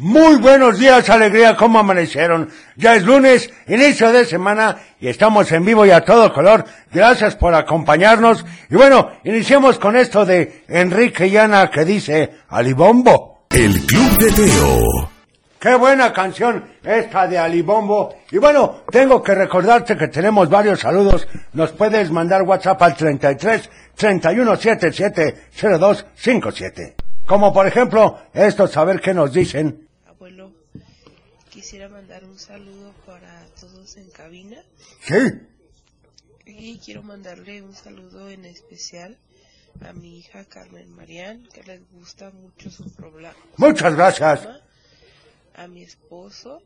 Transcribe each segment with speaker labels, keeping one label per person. Speaker 1: Muy buenos días, alegría, ¿cómo amanecieron? Ya es lunes, inicio de semana y estamos en vivo y a todo color. Gracias por acompañarnos. Y bueno, iniciemos con esto de Enrique Llana que dice Alibombo.
Speaker 2: El Club de Teo.
Speaker 1: Qué buena canción esta de Alibombo. Y bueno, tengo que recordarte que tenemos varios saludos. Nos puedes mandar WhatsApp al 33 31 77 02 57. Como por ejemplo, esto, saber qué nos dicen.
Speaker 3: Abuelo, quisiera mandar un saludo para todos en cabina
Speaker 1: Sí,
Speaker 3: y quiero mandarle un saludo en especial a mi hija Carmen Marián, que les gusta mucho su programa,
Speaker 1: muchas gracias.
Speaker 3: a mi esposo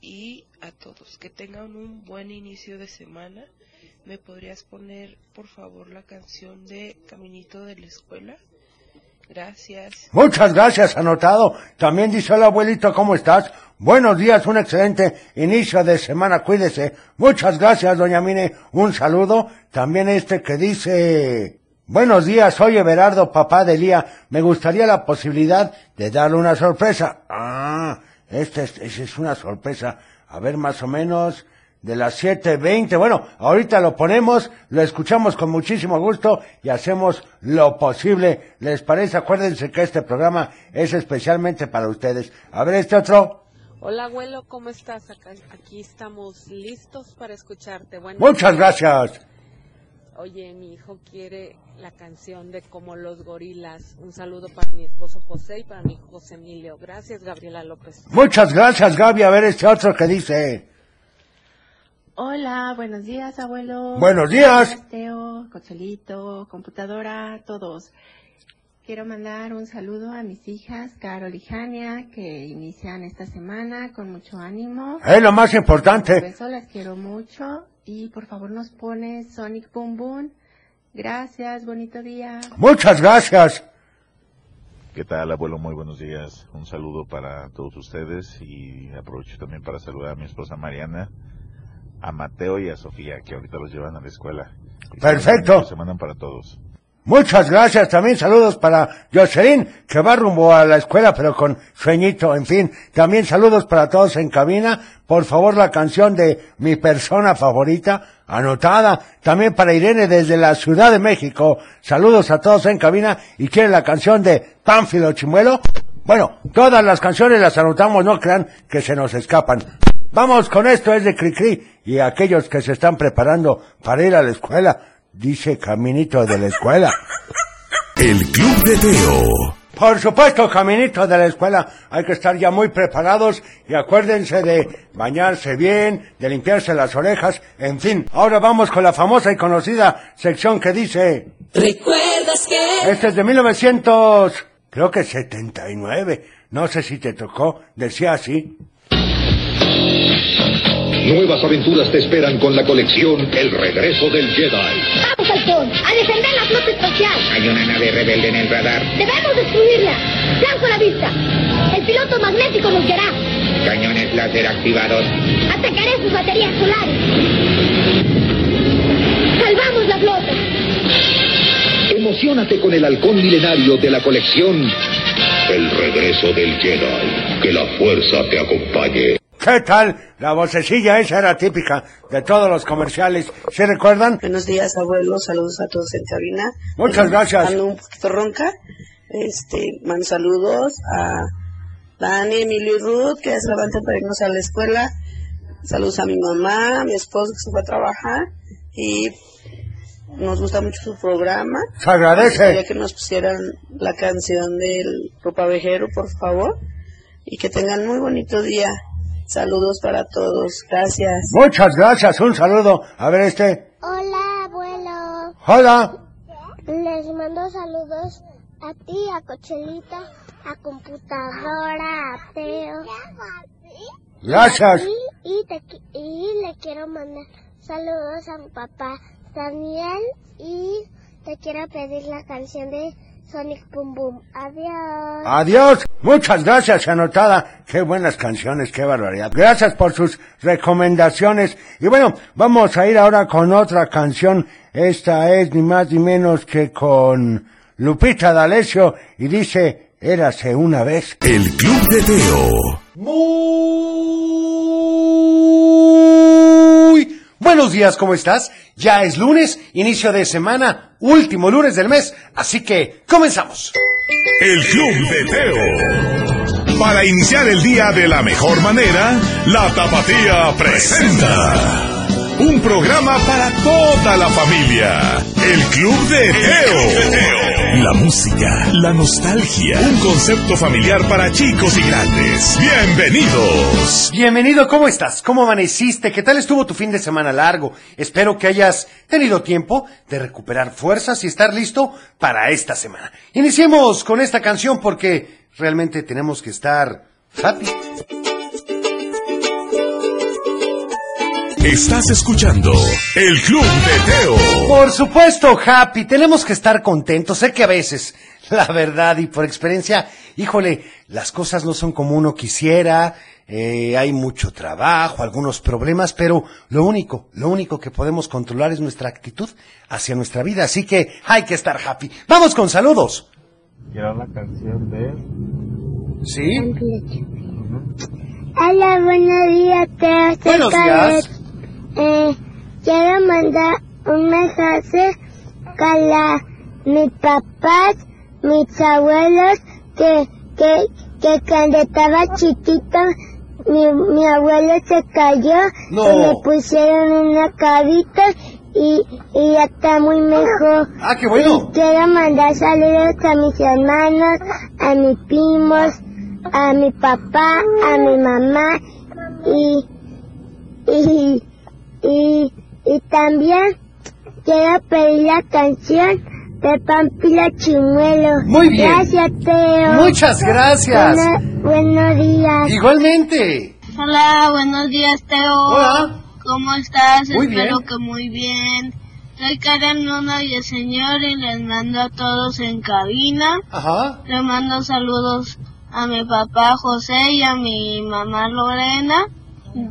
Speaker 3: y a todos. Que tengan un buen inicio de semana. ¿Me podrías poner, por favor, la canción de Caminito de la Escuela? Gracias.
Speaker 1: Muchas gracias, anotado. También dice, hola abuelito, ¿cómo estás? Buenos días, un excelente inicio de semana, cuídese. Muchas gracias, doña Mine, un saludo. También este que dice, buenos días, soy Everardo, papá de Lía. Me gustaría la posibilidad de darle una sorpresa. Ah, esta es, esa es una sorpresa. A ver, más o menos de las 7.20. Bueno, ahorita lo ponemos, lo escuchamos con muchísimo gusto y hacemos lo posible. ¿Les parece? Acuérdense que este programa es especialmente para ustedes. A ver este otro.
Speaker 4: Hola abuelo, ¿cómo estás? Acá- aquí estamos listos para escucharte. Bueno,
Speaker 1: Muchas gracias.
Speaker 4: Oye, mi hijo quiere la canción de Como los gorilas. Un saludo para mi esposo José y para mi hijo José Emilio. Gracias, Gabriela López.
Speaker 1: Muchas gracias, Gaby. A ver este otro que dice.
Speaker 5: Hola, buenos días, abuelo.
Speaker 1: Buenos días.
Speaker 5: Teo, Consolito, computadora, todos. Quiero mandar un saludo a mis hijas, Carol y Jania, que inician esta semana con mucho ánimo.
Speaker 1: Es lo más
Speaker 5: Por
Speaker 4: Pues-
Speaker 1: importante.
Speaker 5: eso las quiero mucho y por favor nos pones Sonic Boom Boom. Gracias, bonito día.
Speaker 1: Muchas gracias.
Speaker 6: ¿Qué tal, abuelo? Muy buenos días. Un saludo para todos ustedes y aprovecho también para saludar a mi esposa Mariana, a Mateo y a Sofía, que ahorita los llevan a la escuela.
Speaker 1: Perfecto.
Speaker 6: Se mandan para todos.
Speaker 1: Muchas gracias. También saludos para Jocelyn, que va rumbo a la escuela, pero con sueñito, en fin. También saludos para todos en cabina. Por favor, la canción de mi persona favorita, anotada. También para Irene desde la Ciudad de México. Saludos a todos en cabina. ¿Y quiere la canción de Pánfilo Chimuelo? Bueno, todas las canciones las anotamos, no crean que se nos escapan. Vamos con esto, es de Cricri. Y aquellos que se están preparando para ir a la escuela, dice Caminito de la Escuela.
Speaker 2: El Club de Teo.
Speaker 1: Por supuesto, caminito de la escuela, hay que estar ya muy preparados y acuérdense de bañarse bien, de limpiarse las orejas, en fin. Ahora vamos con la famosa y conocida sección que dice...
Speaker 7: ¿Recuerdas que?
Speaker 1: Este es de 1900, creo que 79. No sé si te tocó, decía así.
Speaker 8: Nuevas aventuras te esperan con la colección El Regreso del Jedi.
Speaker 9: Vamos, Halcón, a defender la flota espacial.
Speaker 8: Hay una nave rebelde en el radar.
Speaker 9: Debemos destruirla. Blanco la vista. El piloto magnético nos guiará.
Speaker 8: Cañones láser activados.
Speaker 9: Atacaré sus baterías solares. Salvamos la flota.
Speaker 8: Emocionate con el halcón milenario de la colección El Regreso del Jedi. Que la fuerza te acompañe.
Speaker 1: ¿Qué tal? La vocecilla esa era típica de todos los comerciales. ¿Se recuerdan?
Speaker 10: Buenos días, abuelo. Saludos a todos en cabina. Eh,
Speaker 1: Muchas gracias.
Speaker 10: Ando un poquito ronca. Este, man saludos a Dani, Emilio y Ruth, que ya se levantan para irnos a la escuela. Saludos a mi mamá, a mi esposo que se fue a trabajar. Y nos gusta mucho su programa.
Speaker 1: Se
Speaker 10: Quería
Speaker 1: agradece.
Speaker 10: que nos pusieran la canción del ropavejero, por favor. Y que tengan muy bonito día. Saludos para todos. Gracias.
Speaker 1: Muchas gracias, un saludo. A ver este.
Speaker 9: Hola, abuelo.
Speaker 1: Hola.
Speaker 9: Les mando saludos a ti, a Cochelita, a computadora, a Teo.
Speaker 1: Gracias.
Speaker 9: Y, te qui- y le quiero mandar saludos a mi papá Daniel y te quiero pedir la canción de Sonic Boom Boom. Adiós.
Speaker 1: Adiós. Muchas gracias, anotada. Qué buenas canciones, qué barbaridad. Gracias por sus recomendaciones. Y bueno, vamos a ir ahora con otra canción. Esta es ni más ni menos que con Lupita D'Alessio y dice Érase una vez.
Speaker 11: El Club de Teo.
Speaker 1: Muy buenos días, ¿cómo estás? Ya es lunes, inicio de semana, último lunes del mes, así que comenzamos.
Speaker 11: El Club de Teo. Para iniciar el día de la mejor manera, la Tapatía presenta un programa para toda la familia. El Club de Teo. La música, la nostalgia, un concepto familiar para chicos y grandes. Bienvenidos.
Speaker 1: Bienvenido, ¿cómo estás? ¿Cómo amaneciste? ¿Qué tal estuvo tu fin de semana largo? Espero que hayas tenido tiempo de recuperar fuerzas y estar listo para esta semana. Iniciemos con esta canción porque realmente tenemos que estar happy.
Speaker 11: Estás escuchando El Club de Teo.
Speaker 1: Por supuesto, Happy, tenemos que estar contentos. Sé que a veces, la verdad y por experiencia, híjole, las cosas no son como uno quisiera, eh, hay mucho trabajo, algunos problemas, pero lo único, lo único que podemos controlar es nuestra actitud hacia nuestra vida. Así que hay que estar happy. Vamos con saludos.
Speaker 12: Quiero la canción de...
Speaker 1: ¿Sí?
Speaker 9: Hola, buenos días, Teo.
Speaker 1: Buenos
Speaker 9: Cerca
Speaker 1: días.
Speaker 9: de- eh, quiero mandar un mensaje para mis papás, mis abuelos, que, que, que cuando estaba chiquito, mi, mi abuelo se cayó
Speaker 1: No.
Speaker 9: y le pusieron una carita y, y ya está muy mejor.
Speaker 1: Ah, qué bueno.
Speaker 9: Y quiero mandar saludos a mis hermanos, a mis primos, a mi papá, a mi mamá y, y, y, y también quiero pedir la canción de Pampila Chimuelo.
Speaker 1: Muy bien.
Speaker 9: Gracias, Teo.
Speaker 1: Muchas gracias.
Speaker 9: Buena- buenos días.
Speaker 1: Igualmente.
Speaker 9: Hola, buenos días, Teo.
Speaker 1: Hola.
Speaker 9: ¿Cómo estás?
Speaker 1: Muy
Speaker 9: Espero
Speaker 1: bien.
Speaker 9: que muy bien. Soy Karen Luna y el señor y les mando a todos en cabina.
Speaker 1: Ajá.
Speaker 9: Le mando saludos a mi papá José y a mi mamá Lorena.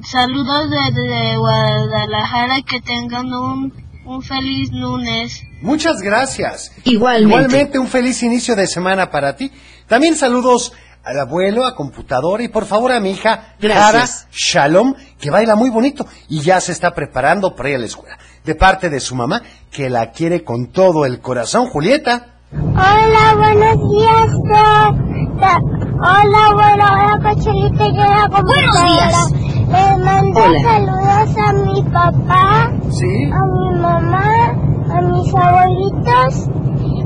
Speaker 9: Saludos desde Guadalajara, que tengan un, un feliz lunes.
Speaker 1: Muchas gracias.
Speaker 7: Igualmente.
Speaker 1: Igualmente un feliz inicio de semana para ti. También saludos al abuelo, a computadora y por favor a mi hija Clara
Speaker 7: Gracias.
Speaker 1: Shalom, que baila muy bonito y ya se está preparando para ir a la escuela. De parte de su mamá, que la quiere con todo el corazón, Julieta.
Speaker 9: Hola, buenos días, Hola, bueno, hola, Cochelita, yo la
Speaker 7: días.
Speaker 9: Le mando
Speaker 7: Hola.
Speaker 9: saludos a mi papá,
Speaker 1: Sí.
Speaker 9: a mi mamá, a mis abuelitos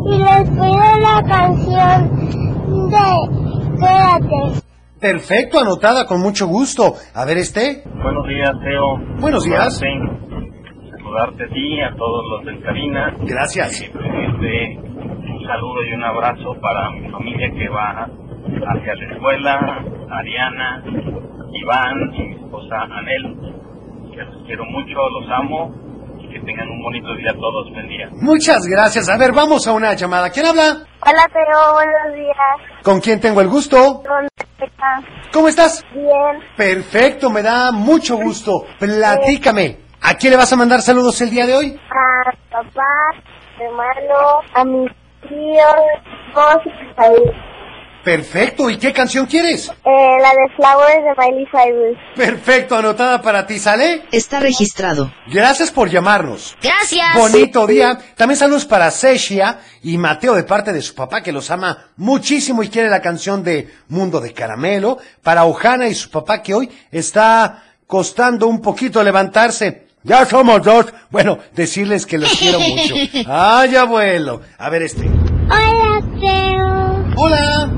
Speaker 9: y les pido la canción de Quédate.
Speaker 1: Perfecto, anotada con mucho gusto. A ver este.
Speaker 6: Buenos días, Teo.
Speaker 1: Buenos días.
Speaker 6: Saludarte, saludarte a ti, a todos los del cabina.
Speaker 1: Gracias.
Speaker 6: Este, un saludo y un abrazo para mi familia que va hacia la escuela, Ariana, Iván y mi esposa Anel. Que los quiero mucho, los amo y que tengan un bonito día todos. Buen día.
Speaker 1: Muchas gracias. A ver, vamos a una llamada. ¿Quién habla?
Speaker 9: Hola, Teo, buenos días.
Speaker 1: ¿Con quién tengo el gusto?
Speaker 9: ¿Dónde estás?
Speaker 1: ¿Cómo estás?
Speaker 9: Bien.
Speaker 1: Perfecto, me da mucho gusto. Platícame, ¿a quién le vas a mandar saludos el día de hoy?
Speaker 9: A papá, hermano, a mis tíos, vos,
Speaker 1: Perfecto, ¿y qué canción quieres?
Speaker 9: Eh, la de Flowers de Miley Cyrus.
Speaker 1: Perfecto, anotada para ti, ¿sale?
Speaker 7: Está registrado.
Speaker 1: Gracias por llamarnos.
Speaker 7: Gracias.
Speaker 1: Bonito día. También saludos para Seshia y Mateo de parte de su papá que los ama muchísimo y quiere la canción de Mundo de Caramelo. Para Ojana y su papá que hoy está costando un poquito levantarse. Ya somos dos. Bueno, decirles que los quiero mucho. Ay, abuelo. A ver este.
Speaker 9: Hola, Teo.
Speaker 1: Hola.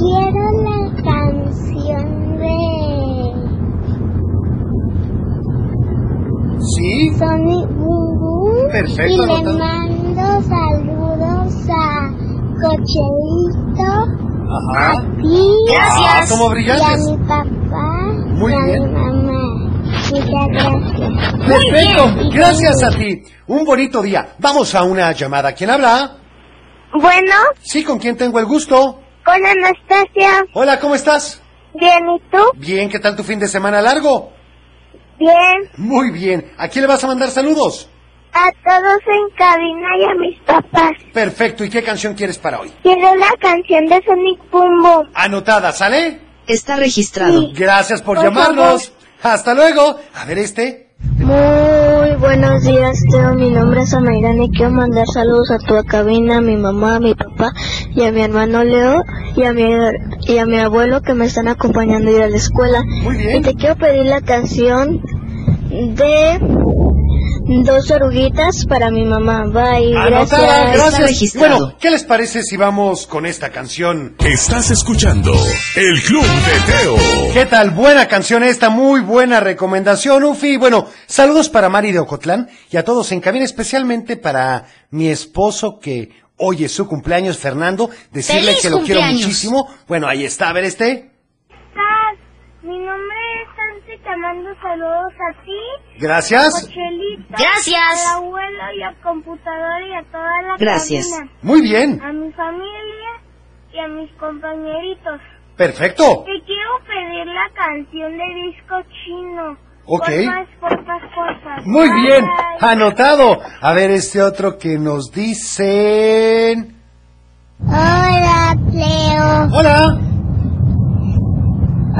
Speaker 9: Quiero la canción de
Speaker 1: Sí.
Speaker 9: Sonic Boom Boom.
Speaker 1: Perfecto,
Speaker 9: Y le
Speaker 1: anotado.
Speaker 9: mando saludos a Cocherito,
Speaker 1: Ajá.
Speaker 9: a ti.
Speaker 1: Ah, como
Speaker 9: Y a
Speaker 1: brillantes.
Speaker 9: mi papá.
Speaker 1: Muy
Speaker 9: y a
Speaker 1: bien.
Speaker 9: mi mamá. Muchas gracias.
Speaker 1: Perfecto. Gracias a ti. Un bonito día. Vamos a una llamada. ¿Quién habla?
Speaker 9: Bueno,
Speaker 1: Sí, ¿con quién tengo el gusto?
Speaker 9: con Anastasia.
Speaker 1: Hola, ¿cómo estás?
Speaker 9: Bien, ¿y tú?
Speaker 1: Bien, ¿qué tal tu fin de semana largo?
Speaker 9: Bien.
Speaker 1: Muy bien. ¿A quién le vas a mandar saludos?
Speaker 9: A a todos en cabina y a mis papás.
Speaker 1: Perfecto, ¿y qué canción quieres para hoy?
Speaker 9: Quiero la canción de Sonic Boom Boom.
Speaker 1: Anotada, ¿sale?
Speaker 7: Está registrado.
Speaker 1: Gracias por,
Speaker 9: Por
Speaker 1: llamarnos. Hasta luego. A ver este.
Speaker 13: Muy buenos días, Teo. Mi nombre es Amairán y quiero mandar saludos a tu cabina, a mi mamá, a mi papá y a mi hermano Leo y a mi, y a mi abuelo que me están acompañando a ir a la escuela. Y te quiero pedir la canción de Dos oruguitas para mi mamá. Bye,
Speaker 1: Anotada, gracias.
Speaker 13: gracias.
Speaker 1: Y Bueno, ¿qué les parece si vamos con esta canción?
Speaker 11: Estás escuchando El Club de Teo.
Speaker 1: ¿Qué tal? Buena canción esta, muy buena recomendación, Ufi. Bueno, saludos para Mari de Ocotlán y a todos en cabina, especialmente para mi esposo que hoy es su cumpleaños, Fernando. Decirle
Speaker 9: ¡Feliz
Speaker 1: que lo quiero
Speaker 9: cumpleaños!
Speaker 1: muchísimo. Bueno, ahí está, a ver este.
Speaker 9: Mi nombre es Santi y te mando saludos a ti.
Speaker 1: Gracias.
Speaker 9: a Chelita,
Speaker 1: Gracias.
Speaker 9: Al abuelo y al computador y a toda la
Speaker 1: Gracias.
Speaker 9: cabina.
Speaker 1: Muy bien.
Speaker 9: A mi familia y a mis compañeritos.
Speaker 1: Perfecto.
Speaker 9: Te quiero pedir la canción de disco chino.
Speaker 1: Ok.
Speaker 9: Porfas, porfas, porfas.
Speaker 1: Muy
Speaker 9: Bye,
Speaker 1: bien,
Speaker 9: bye.
Speaker 1: anotado. A ver este otro que nos dicen.
Speaker 9: Hola, Cleo.
Speaker 1: Hola.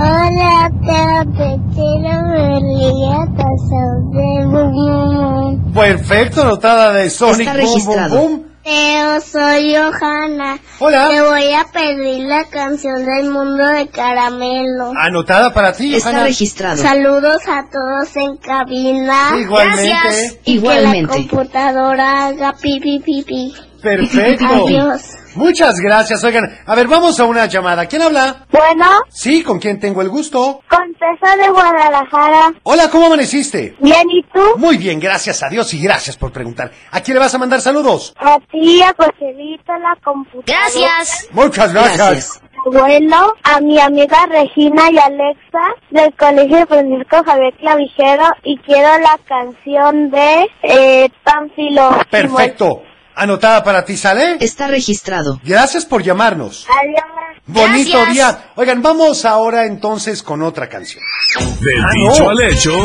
Speaker 9: Hola, Cleo. Te quiero ver de Boom.
Speaker 1: Perfecto, anotada de Sonic. Boom, boom,
Speaker 9: registrado.
Speaker 1: boom.
Speaker 9: Teo, soy Johanna.
Speaker 1: Hola.
Speaker 9: Te voy a pedir la canción del mundo de
Speaker 1: Ah,
Speaker 9: caramelo.
Speaker 1: Anotada para ti,
Speaker 9: Está
Speaker 1: Johanna.
Speaker 9: registrado. Saludos a todos en cabina.
Speaker 1: Igualmente. Gracias.
Speaker 9: Y
Speaker 1: Igualmente.
Speaker 9: Que la computadora haga pi pi pi pi.
Speaker 1: Perfecto.
Speaker 9: Adiós.
Speaker 1: Muchas gracias. Oigan, a ver, vamos a una llamada. ¿Quién habla?
Speaker 9: Bueno.
Speaker 1: Sí, ¿con quién tengo el gusto?
Speaker 9: Contesa de Guadalajara.
Speaker 1: Hola, ¿cómo amaneciste?
Speaker 9: Bien, ¿y tú?
Speaker 1: Muy bien, gracias a Dios y gracias por preguntar. ¿A quién le vas a mandar saludos?
Speaker 9: A ti, a Joselito, la computadora.
Speaker 1: Muchas gracias.
Speaker 9: Bueno, a mi amiga Regina y Alexa del Colegio Francisco Javier Clavijero y quiero la canción de eh, Pánfilo.
Speaker 1: Perfecto. Anotada para ti, ¿sale?
Speaker 7: Está registrado.
Speaker 1: Gracias por llamarnos.
Speaker 9: Adiós.
Speaker 1: Bonito
Speaker 9: Gracias.
Speaker 1: día. Oigan, vamos ahora entonces con otra canción.
Speaker 11: Del
Speaker 1: Ah,
Speaker 11: dicho
Speaker 1: no.
Speaker 11: al hecho.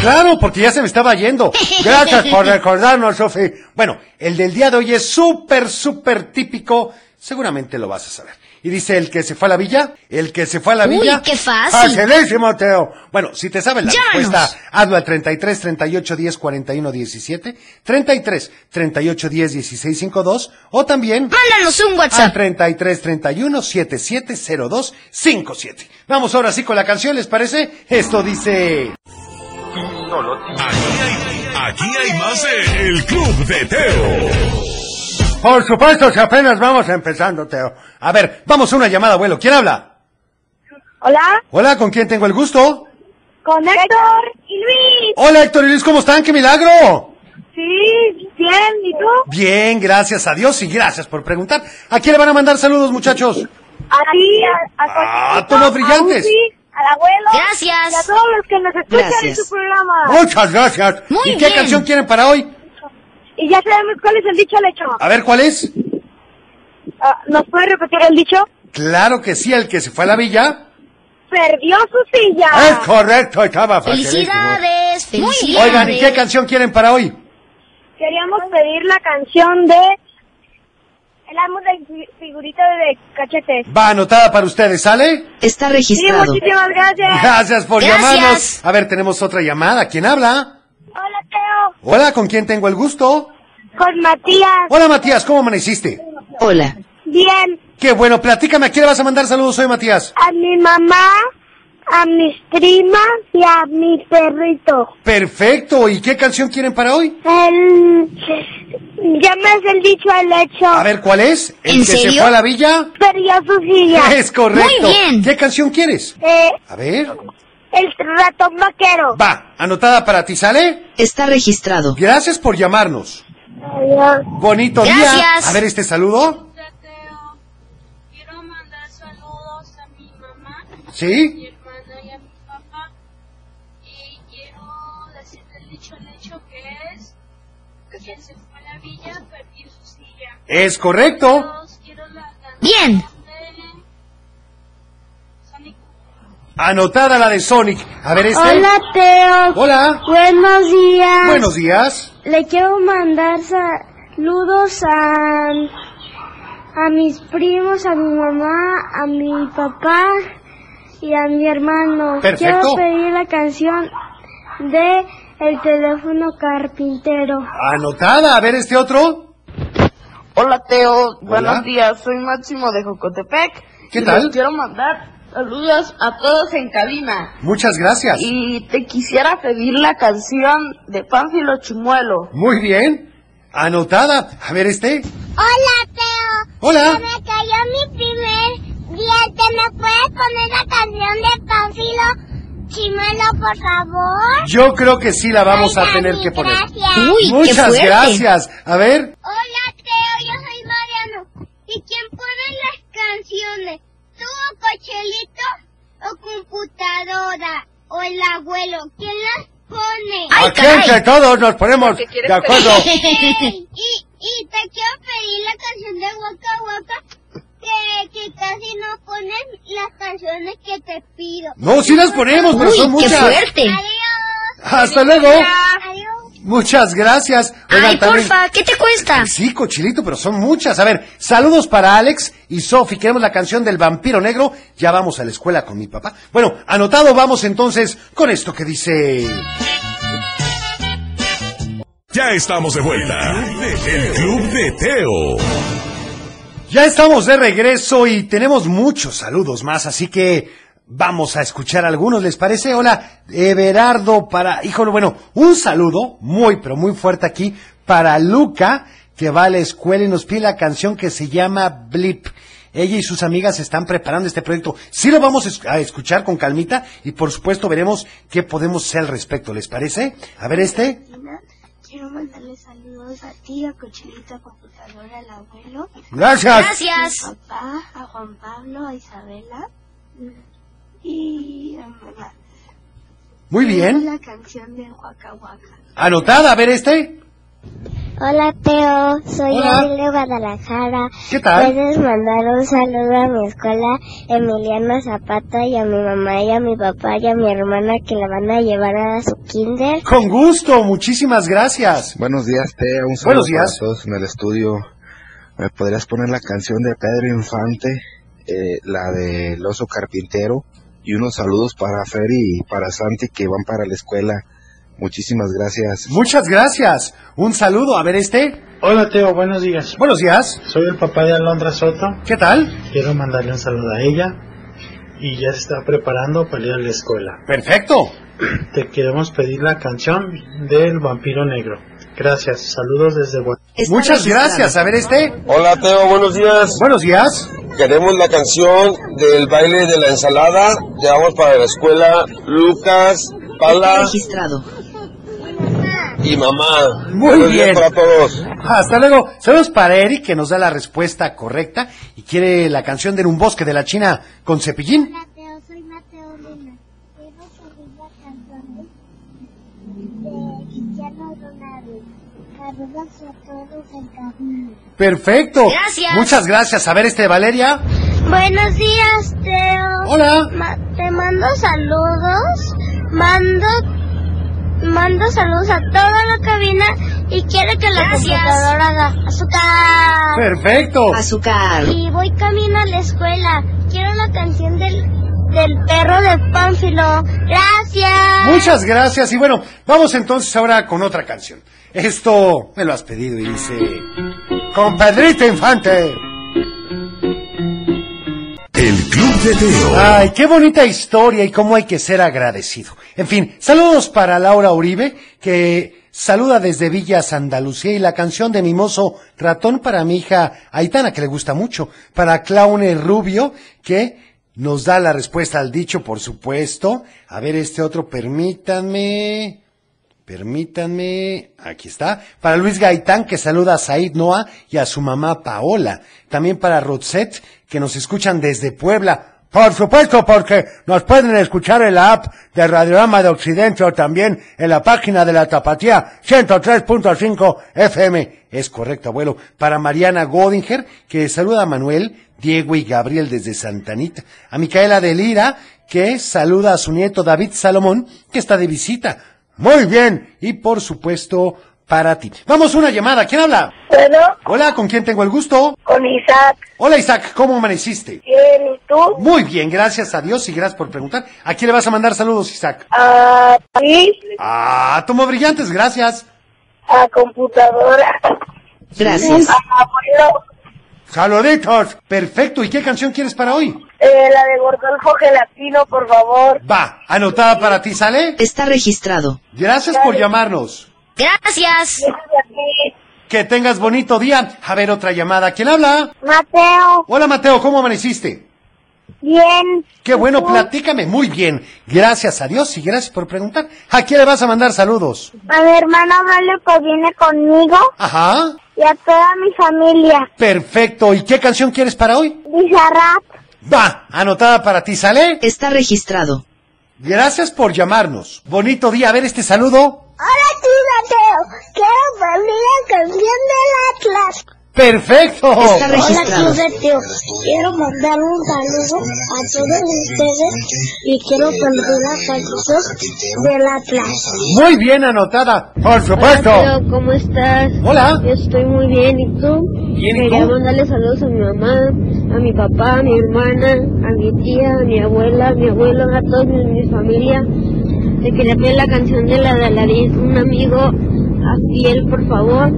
Speaker 1: Claro, porque ya se me estaba yendo. Gracias por recordarnos, Sofi. Bueno, el del día de hoy es súper, súper típico. Seguramente lo vas a saber. Y dice, el que se fue a la villa, el que se fue a la
Speaker 7: Uy,
Speaker 1: villa.
Speaker 7: qué fácil.
Speaker 1: Facilísimo, Teo. Bueno, si te sabes la
Speaker 7: Llámanos.
Speaker 1: respuesta, hazlo al 33 38 10 41 17, 33 38 10 16 52, o también...
Speaker 7: Mándanos un WhatsApp.
Speaker 1: Al 33 31 77 02 57. Vamos ahora sí con la canción, ¿les parece? Esto dice...
Speaker 11: Aquí hay más de El Club de Teo.
Speaker 1: Por supuesto, si apenas vamos empezando, Teo. A ver, vamos a una llamada, abuelo. ¿Quién habla?
Speaker 9: Hola,
Speaker 1: Hola, ¿con quién tengo el gusto?
Speaker 9: con Héctor y Luis.
Speaker 1: Hola, Héctor y Luis, ¿cómo están? ¡Qué milagro!
Speaker 9: Sí, bien, ¿y tú?
Speaker 1: Bien, gracias a Dios y gracias por preguntar. ¿A quién le van a mandar saludos, muchachos?
Speaker 9: A ti, a, a
Speaker 1: Ah, tomas brillantes.
Speaker 9: al abuelo.
Speaker 7: Gracias.
Speaker 9: Y a todos los que nos escuchan en
Speaker 1: Gracias.
Speaker 9: su programa.
Speaker 1: Muchas gracias.
Speaker 9: Ah. Muy
Speaker 1: ¿Y qué
Speaker 9: bien.
Speaker 1: canción quieren para hoy?
Speaker 9: Y ya sabemos cuál es el dicho al hecho.
Speaker 1: A ver, ¿cuál es?
Speaker 9: Ah, ¿Nos puede repetir el dicho?
Speaker 1: Claro que sí, el que se fue a la villa.
Speaker 9: Perdió su silla.
Speaker 1: Es correcto, estaba facilísimo.
Speaker 9: Ah. Felicidades, felicidades.
Speaker 1: Oigan, ¿y qué canción quieren para hoy?
Speaker 9: Queríamos pedir la canción de El amo de figurita de cachetes.
Speaker 1: Va anotada para ustedes, ¿sale?
Speaker 7: Está
Speaker 9: Sí, muchísimas Eh. gracias.
Speaker 1: Gracias por llamarnos. A ver, tenemos otra llamada. ¿Quién habla?
Speaker 9: Hola, Teo.
Speaker 1: Hola, ¿con quién tengo el gusto?
Speaker 9: Con Matías.
Speaker 1: Hola, Matías, ¿cómo amaneciste?
Speaker 7: Hola.
Speaker 9: Bien.
Speaker 1: Qué bueno, platícame, ¿a quién le vas a mandar saludos hoy, Matías?
Speaker 9: A mi mamá, a mis primas y a mi perrito.
Speaker 1: Perfecto, ¿y qué canción quieren para hoy?
Speaker 9: El... Ya me has el dicho al hecho.
Speaker 1: A ver, ¿cuál es? ¿El
Speaker 9: ¿En
Speaker 1: que se
Speaker 9: serio?
Speaker 1: fue a la villa?
Speaker 9: Perdió su silla.
Speaker 1: Es correcto. ¿Qué canción quieres?
Speaker 9: Eh,
Speaker 1: A ver,
Speaker 9: el ratón vaquero.
Speaker 1: va, anotada para ti, ¿sale?
Speaker 7: Está registrado.
Speaker 1: Gracias por llamarnos.
Speaker 9: Adiós.
Speaker 1: Bonito día.
Speaker 9: Gracias.
Speaker 1: A ver este saludo.
Speaker 14: Quiero mandar saludos a mi mamá, a mi
Speaker 1: ¿Sí?
Speaker 14: hermana y a mi papá. Y quiero decirte el dicho al hecho que es quien se fue a la villa perdió su silla.
Speaker 1: Es correcto.
Speaker 7: Bien.
Speaker 1: Anotada la de Sonic. este. A ver este.
Speaker 9: Hola, Teo.
Speaker 1: Hola.
Speaker 9: Buenos días.
Speaker 1: Buenos días.
Speaker 15: le quiero mandar saludos a, a mis primos, a mi mamá, a mi papá y a mi hermano.
Speaker 1: Perfecto.
Speaker 15: Quiero pedir la canción de El teléfono carpintero.
Speaker 1: Anotada, a ver este otro.
Speaker 5: Hola Teo, buenos días, soy Máximo de Jocotepec.
Speaker 1: ¿Qué
Speaker 5: y
Speaker 1: tal?
Speaker 5: les quiero mandar saludos a todos en cabina.
Speaker 1: Muchas gracias.
Speaker 5: Y te quisiera pedir la canción de Pánfilo Chimuelo.
Speaker 1: Muy bien. Anotada. A ver este.
Speaker 9: Hola, Teo.
Speaker 1: Hola.
Speaker 9: Se me cayó mi primer día. ¿Te me puedes poner la canción de Pánfilo Chimelo, por favor?
Speaker 1: Yo creo que sí la vamos a tener que poner.
Speaker 9: gracias. Uy, qué
Speaker 1: Muchas
Speaker 9: fuerte.
Speaker 1: gracias. A ver.
Speaker 9: Hola, Teo. Yo soy Mariano. ¿Y quién pone las canciones? ¿Tú o Cochelito o computadora? ¿O el abuelo? ¿Quién las pone?
Speaker 3: Aquí entre todos nos ponemos
Speaker 9: Porque quieres
Speaker 3: de acuerdo.
Speaker 9: Ey, y, y te quiero pedir la canción de Waka Waka que, que casi no pones las canciones que te pido.
Speaker 1: No, sí las ponemos, pero son muchas. Hasta luego. Muchas gracias.
Speaker 16: Ay, porfa,
Speaker 1: ¿qué te cuesta? Sí, cochilito, pero son muchas. A ver, saludos para Alex y Sofi. Queremos la canción del vampiro negro. Ya vamos a la escuela con mi papá. Bueno, anotado, vamos entonces con esto que dice.
Speaker 11: Ya estamos de vuelta. El Club de Teo.
Speaker 1: Ya estamos de regreso y tenemos muchos saludos más, así que vamos a escuchar algunos, ¿les parece? Hola, Everardo para, híjole, bueno, un saludo muy, pero muy fuerte aquí para Luca, que va a la escuela y nos pide la canción que se llama Blip. Ella y sus amigas están preparando este proyecto. Sí lo vamos a esc- a escuchar con calmita y por supuesto veremos qué podemos hacer al respecto, ¿les parece? A ver este.
Speaker 9: Quiero mandarle saludos a ti, a Cochelito, a Computadora, al abuelo.
Speaker 1: Gracias.
Speaker 9: A mi papá, a Juan Pablo, a Isabela y a mamá.
Speaker 1: Muy bien.
Speaker 9: La canción de Waka Waka.
Speaker 1: Anotada, a ver este.
Speaker 15: Hola Teo, soy
Speaker 1: Hola.
Speaker 15: Ariel de Guadalajara. Pues
Speaker 1: ¿Qué tal?
Speaker 15: Puedes mandar un saludo a mi escuela Emiliana Zapata y a mi mamá y a mi papá y a mi hermana que la van a llevar a su kinder.
Speaker 1: Con gusto, muchísimas gracias.
Speaker 8: Buenos días, Tea. Un saludo
Speaker 1: Buenos días.
Speaker 8: para todos en el estudio. ¿Me podrías poner la canción de Pedro Infante, eh, la de El oso carpintero? Y unos saludos para Fer y para Santi que van para la escuela. Muchísimas gracias.
Speaker 1: Muchas gracias. Un saludo. A ver este.
Speaker 17: Hola Teo, buenos días.
Speaker 1: Buenos días.
Speaker 17: Soy el papá de Alondra Soto.
Speaker 1: ¿Qué tal?
Speaker 17: Quiero mandarle un saludo a ella y ya se está preparando para ir a la escuela.
Speaker 1: Perfecto.
Speaker 17: Te queremos pedir la canción del vampiro negro. Gracias, saludos desde Guadalajara.
Speaker 1: Muchas gracias. A ver este.
Speaker 18: Hola Teo, buenos días.
Speaker 1: Buenos días.
Speaker 18: Queremos la canción del baile de la ensalada. Llevamos para la escuela Lucas, Pala. Registrado. Y mamá.
Speaker 1: Muy
Speaker 18: Buenos días
Speaker 1: bien.
Speaker 18: Para todos.
Speaker 1: Hasta luego. Saludos para Eric que nos da la respuesta correcta y quiere la canción de En un bosque de la China con cepillín.
Speaker 9: Mateo, soy Mateo Luna. Quiero pedir la canción de Cristiano Ronaldo. Saludos a todos en camino.
Speaker 1: Perfecto.
Speaker 9: Gracias.
Speaker 1: Muchas gracias. A ver este Valeria.
Speaker 9: Buenos días, Teo.
Speaker 1: Hola.
Speaker 9: Ma- te mando saludos. Mando mando saludos a toda la cabina y quiero que la computadora haga azúcar.
Speaker 1: Perfecto.
Speaker 16: Azúcar.
Speaker 9: Y voy camino a la escuela. Quiero la canción del, del perro de Pánfilo. Gracias.
Speaker 1: Muchas gracias. Y bueno, vamos entonces ahora con otra canción. Esto me lo has pedido y dice. Compadrito Infante.
Speaker 11: El Club de Teo.
Speaker 1: Ay, qué bonita historia y cómo hay que ser agradecido. En fin, saludos para Laura Uribe, que saluda desde Villas Andalucía y la canción de Mimoso Ratón para mi hija Aitana, que le gusta mucho. Para Claune Rubio, que nos da la respuesta al dicho, por supuesto. A ver, este otro, permítanme. Permítanme, aquí está. Para Luis Gaitán, que saluda a Said Noah y a su mamá Paola. También para Roxette, que nos escuchan desde Puebla. Por supuesto, porque nos pueden escuchar en la app de Radiorama de Occidente o también en la página de la Tapatía 103.5 FM. Es correcto, abuelo. Para Mariana Godinger, que saluda a Manuel, Diego y Gabriel desde Santanita. A Micaela de Lira, que saluda a su nieto David Salomón, que está de visita. Muy bien. Y por supuesto, para ti. Vamos, una llamada. ¿Quién habla?
Speaker 5: Bueno.
Speaker 1: Hola, ¿con quién tengo el gusto?
Speaker 5: Con Isaac.
Speaker 1: Hola, Isaac. ¿Cómo amaneciste?
Speaker 5: Bien, ¿y tú?
Speaker 1: Muy bien, gracias a Dios y gracias por preguntar. ¿A quién le vas a mandar saludos, Isaac?
Speaker 5: A mí,
Speaker 1: Ah, tomo brillantes, gracias.
Speaker 5: a computadora.
Speaker 1: Gracias.
Speaker 5: A abuelo,
Speaker 1: Saluditos. Perfecto. ¿Y qué canción quieres para hoy?
Speaker 5: eh, la de Gordolfo Gelatino, por favor.
Speaker 1: Va, anotada para ti, ¿sale? Está registrado. Gracias por llamarnos.
Speaker 5: Gracias.
Speaker 1: Que tengas bonito día. A ver, otra llamada. ¿Quién habla?
Speaker 5: Mateo.
Speaker 1: Hola, Mateo. ¿Cómo amaneciste?
Speaker 5: Bien.
Speaker 1: Qué bueno, platícame. Muy bien. Gracias a Dios y gracias por preguntar. ¿A quién le vas a mandar saludos?
Speaker 9: A mi hermano Braulio que viene conmigo
Speaker 1: Ajá.
Speaker 9: y a toda mi familia.
Speaker 1: Perfecto. ¿Y qué canción quieres para hoy?
Speaker 9: Bizarrap.
Speaker 1: Va, anotada para ti, ¿sale? Está registrado. Gracias por llamarnos. Bonito día. A ver este saludo.
Speaker 9: Hola tú, Mateo. Quiero poner la canción del Atlas.
Speaker 1: Perfecto.
Speaker 9: Hola, Club de Teo. Quiero mandar un saludo a todos ustedes y quiero poner la canción del Atlas.
Speaker 1: Muy bien anotada. Por supuesto.
Speaker 9: ¿cómo estás?
Speaker 1: Hola.
Speaker 9: Yo estoy muy bien, ¿y tú?
Speaker 1: Bien, ¿y
Speaker 9: Quería
Speaker 1: tú?
Speaker 9: mandarle saludos a mi mamá, a mi papá, a mi hermana, a mi tía, a mi abuela, a mi abuelo, a todos mi, mi familia. Te quería pedir la canción de la de Aladdin, un amigo, a fiel, por favor.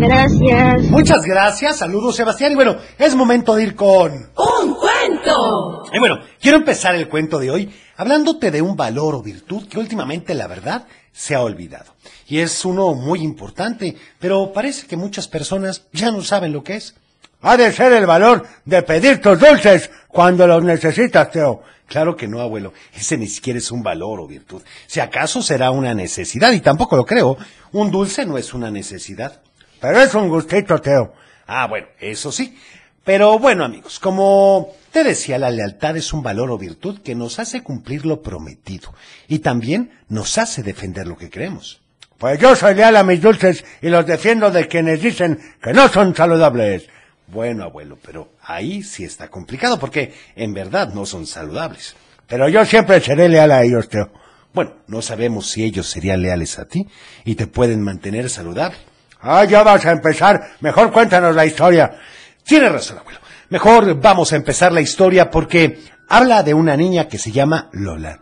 Speaker 9: Gracias.
Speaker 1: Muchas gracias. Saludos, Sebastián. Y bueno, es momento de ir con...
Speaker 9: ¡Un cuento!
Speaker 1: Y bueno, quiero empezar el cuento de hoy hablándote de un valor o virtud que últimamente, la verdad, se ha olvidado. Y es uno muy importante, pero parece que muchas personas ya no saben lo que es.
Speaker 19: Ha de ser el valor de pedir tus dulces cuando los necesitas, Teo.
Speaker 1: Claro que no, abuelo. Ese ni siquiera es un valor o virtud. Si acaso será una necesidad, y tampoco lo creo, un dulce no es una necesidad. Pero es un gustito, Teo. Ah, bueno, eso sí. Pero bueno, amigos, como te decía, la lealtad es un valor o virtud que nos hace cumplir lo prometido y también nos hace defender lo que creemos.
Speaker 19: Pues yo soy leal a mis dulces y los defiendo de quienes dicen que no son saludables.
Speaker 1: Bueno, abuelo, pero ahí sí está complicado porque en verdad no son saludables.
Speaker 19: Pero yo siempre seré leal a ellos, Teo.
Speaker 1: Bueno, no sabemos si ellos serían leales a ti y te pueden mantener saludable.
Speaker 19: Ah, ya vas a empezar. Mejor cuéntanos la historia.
Speaker 1: Tienes razón, abuelo. Mejor vamos a empezar la historia porque habla de una niña que se llama Lola.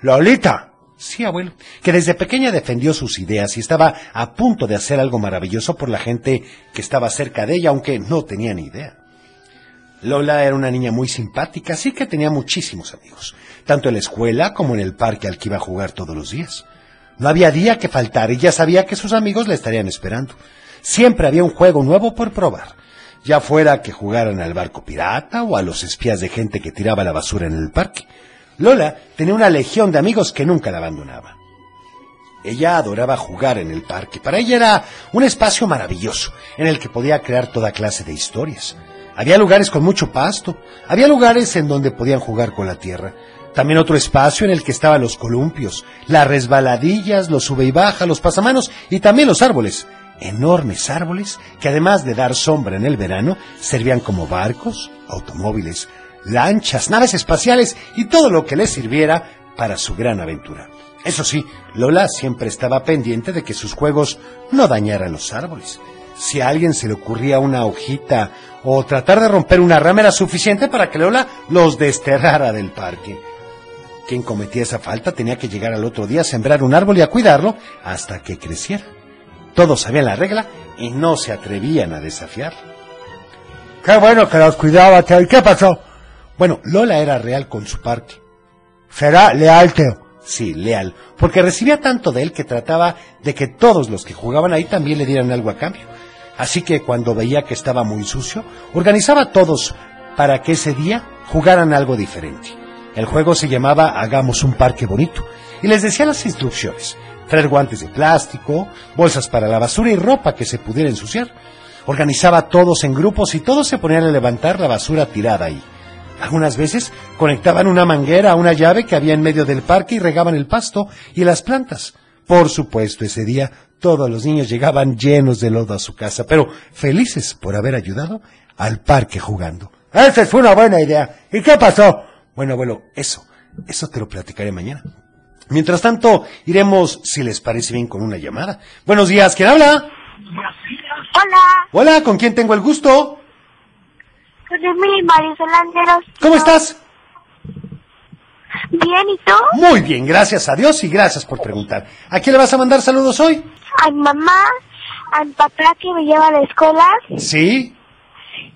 Speaker 19: Lolita.
Speaker 1: Sí, abuelo. Que desde pequeña defendió sus ideas y estaba a punto de hacer algo maravilloso por la gente que estaba cerca de ella, aunque no tenía ni idea. Lola era una niña muy simpática, así que tenía muchísimos amigos, tanto en la escuela como en el parque al que iba a jugar todos los días. No había día que faltar y ya sabía que sus amigos la estarían esperando. Siempre había un juego nuevo por probar, ya fuera que jugaran al barco pirata o a los espías de gente que tiraba la basura en el parque. Lola tenía una legión de amigos que nunca la abandonaba. Ella adoraba jugar en el parque. Para ella era un espacio maravilloso en el que podía crear toda clase de historias. Había lugares con mucho pasto, había lugares en donde podían jugar con la tierra. También otro espacio en el que estaban los columpios, las resbaladillas, los sube y baja, los pasamanos y también los árboles. Enormes árboles que además de dar sombra en el verano, servían como barcos, automóviles, lanchas, naves espaciales y todo lo que les sirviera para su gran aventura. Eso sí, Lola siempre estaba pendiente de que sus juegos no dañaran los árboles. Si a alguien se le ocurría una hojita o tratar de romper una rama era suficiente para que Lola los desterrara del parque. Quien cometía esa falta tenía que llegar al otro día a sembrar un árbol y a cuidarlo hasta que creciera. Todos sabían la regla y no se atrevían a desafiarla.
Speaker 19: Qué bueno que los cuidaba, Teo. ¿Y qué pasó?
Speaker 1: Bueno, Lola era real con su parque.
Speaker 19: Será leal, Teo.
Speaker 1: Sí, leal, porque recibía tanto de él que trataba de que todos los que jugaban ahí también le dieran algo a cambio. Así que cuando veía que estaba muy sucio, organizaba a todos para que ese día jugaran algo diferente. El juego se llamaba Hagamos un parque bonito y les decía las instrucciones. Traer guantes de plástico, bolsas para la basura y ropa que se pudiera ensuciar. Organizaba a todos en grupos y todos se ponían a levantar la basura tirada ahí. Algunas veces conectaban una manguera a una llave que había en medio del parque y regaban el pasto y las plantas. Por supuesto, ese día todos los niños llegaban llenos de lodo a su casa, pero felices por haber ayudado al parque jugando.
Speaker 19: Esa fue una buena idea. ¿Y qué pasó?
Speaker 1: Bueno, abuelo, eso, eso te lo platicaré mañana. Mientras tanto, iremos, si les parece bien, con una llamada. Buenos días, ¿quién habla?
Speaker 5: Hola,
Speaker 1: Hola, ¿con quién tengo el gusto?
Speaker 5: soy Emily Marisolanderos.
Speaker 1: ¿Cómo estás?
Speaker 5: Bien, ¿y tú?
Speaker 1: Muy bien, gracias a Dios y gracias por preguntar. ¿A quién le vas a mandar saludos hoy?
Speaker 5: A mi mamá, a mi papá que me lleva a la escuela
Speaker 1: Sí.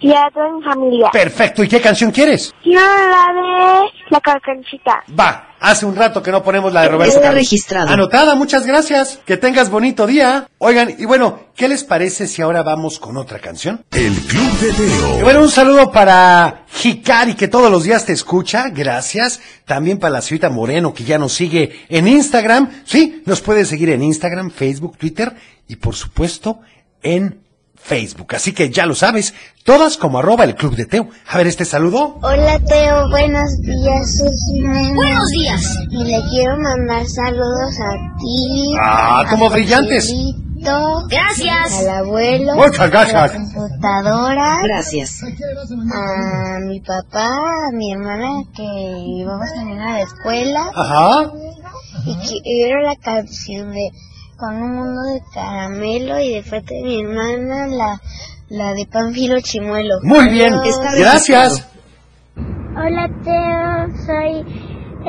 Speaker 5: y a toda mi familia.
Speaker 1: Perfecto, ¿y qué canción quieres?
Speaker 5: Quiero la de la carcanchita.
Speaker 1: Va, hace un rato que no ponemos la de Roberto.
Speaker 5: Está
Speaker 1: Carlos.
Speaker 5: registrado.
Speaker 1: Anotada, muchas gracias. Que tengas bonito día. Oigan, y bueno, ¿qué les parece si ahora vamos con otra canción?
Speaker 11: El Club de Teo.
Speaker 1: Y bueno, un saludo para Hikari, que todos los días te escucha, gracias. También para la señorita Moreno, que ya nos sigue en Instagram. Sí, nos puede seguir en Instagram, Facebook, Twitter y por supuesto en Facebook. Así que ya lo sabes, todas como arroba el Club de Teo. A ver este saludo.
Speaker 9: Hola Teo, buenos días, soy Jimena.
Speaker 7: Buenos días.
Speaker 9: Y le quiero mandar saludos a ti.
Speaker 1: Ah, como
Speaker 9: a
Speaker 1: brillantes.
Speaker 9: Joselito,
Speaker 7: Gracias.
Speaker 9: Al abuelo.
Speaker 1: Muchas gracias.
Speaker 9: A la computadora.
Speaker 7: Gracias.
Speaker 9: A mi papá, a mi hermana que vamos a ir a la escuela.
Speaker 1: Ajá.
Speaker 9: Y quiero la canción de Con un mundo de caramelo y de parte de mi hermana la, la de Panfilo Chimuelo.
Speaker 1: Muy bien,
Speaker 9: Adiós.
Speaker 1: gracias.
Speaker 5: Hola Teo, soy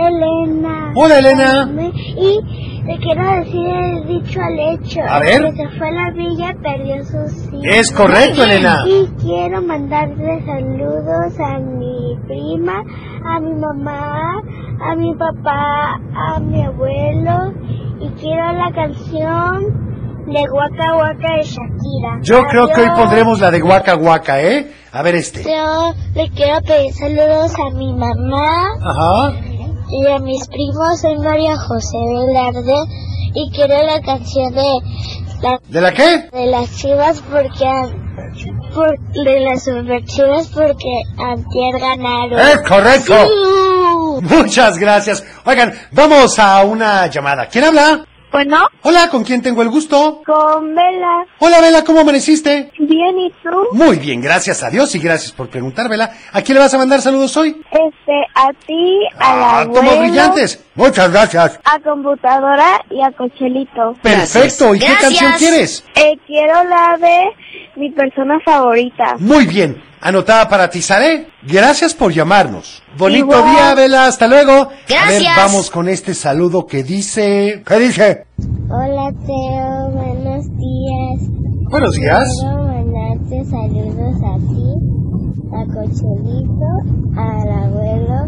Speaker 5: Elena.
Speaker 1: Hola, Elena.
Speaker 5: Y te quiero decir el dicho al hecho.
Speaker 1: A ver.
Speaker 5: El Que se fue a la villa perdió sus hijos.
Speaker 1: Es correcto, Elena.
Speaker 5: Y quiero mandarle saludos a mi prima, a mi mamá, a mi papá, a mi abuelo. Y quiero la canción de Waka Waka de Shakira.
Speaker 1: Yo creo que hoy
Speaker 5: Adiós.
Speaker 1: pondremos la de Huaca Huaca, ¿eh? A ver este.
Speaker 5: Yo le quiero pedir saludos a mi mamá
Speaker 1: Ajá.
Speaker 5: y a mis primos. Soy María José Velarde y quiero la canción de la-
Speaker 1: ¿De la qué?
Speaker 5: de las chivas porque an- por- de las super chivas porque antier ganaron.
Speaker 1: Es correcto.
Speaker 5: Sí.
Speaker 1: Muchas gracias. Oigan, vamos a una llamada. ¿Quién habla?
Speaker 5: Bueno.
Speaker 1: Hola, ¿con quién tengo el gusto?
Speaker 5: Con Vela.
Speaker 1: Hola, Vela, ¿cómo amaneciste?
Speaker 5: Bien, ¿y tú?
Speaker 1: Muy bien, gracias a Dios y gracias por preguntar, Vela. ¿A quién le vas a mandar saludos hoy?
Speaker 5: Este, a ti,
Speaker 1: Ah, como brillantes. Muchas gracias.
Speaker 5: a computadora y a cochelito.
Speaker 1: Perfecto, ¿y qué Gracias. canción quieres?
Speaker 5: Eh, quiero la de mi persona favorita.
Speaker 1: Muy bien. Anotada para ti, Saré. Gracias por llamarnos. Bonito
Speaker 5: Igual.
Speaker 1: día, Vela. Hasta luego. A ver,
Speaker 5: Gracias.
Speaker 1: vamos con este saludo que dice... ¿Qué dice?
Speaker 9: Hola Teo, buenos días.
Speaker 1: Buenos días.
Speaker 9: Quiero mandarte saludos a ti, a Cochelito, al abuelo.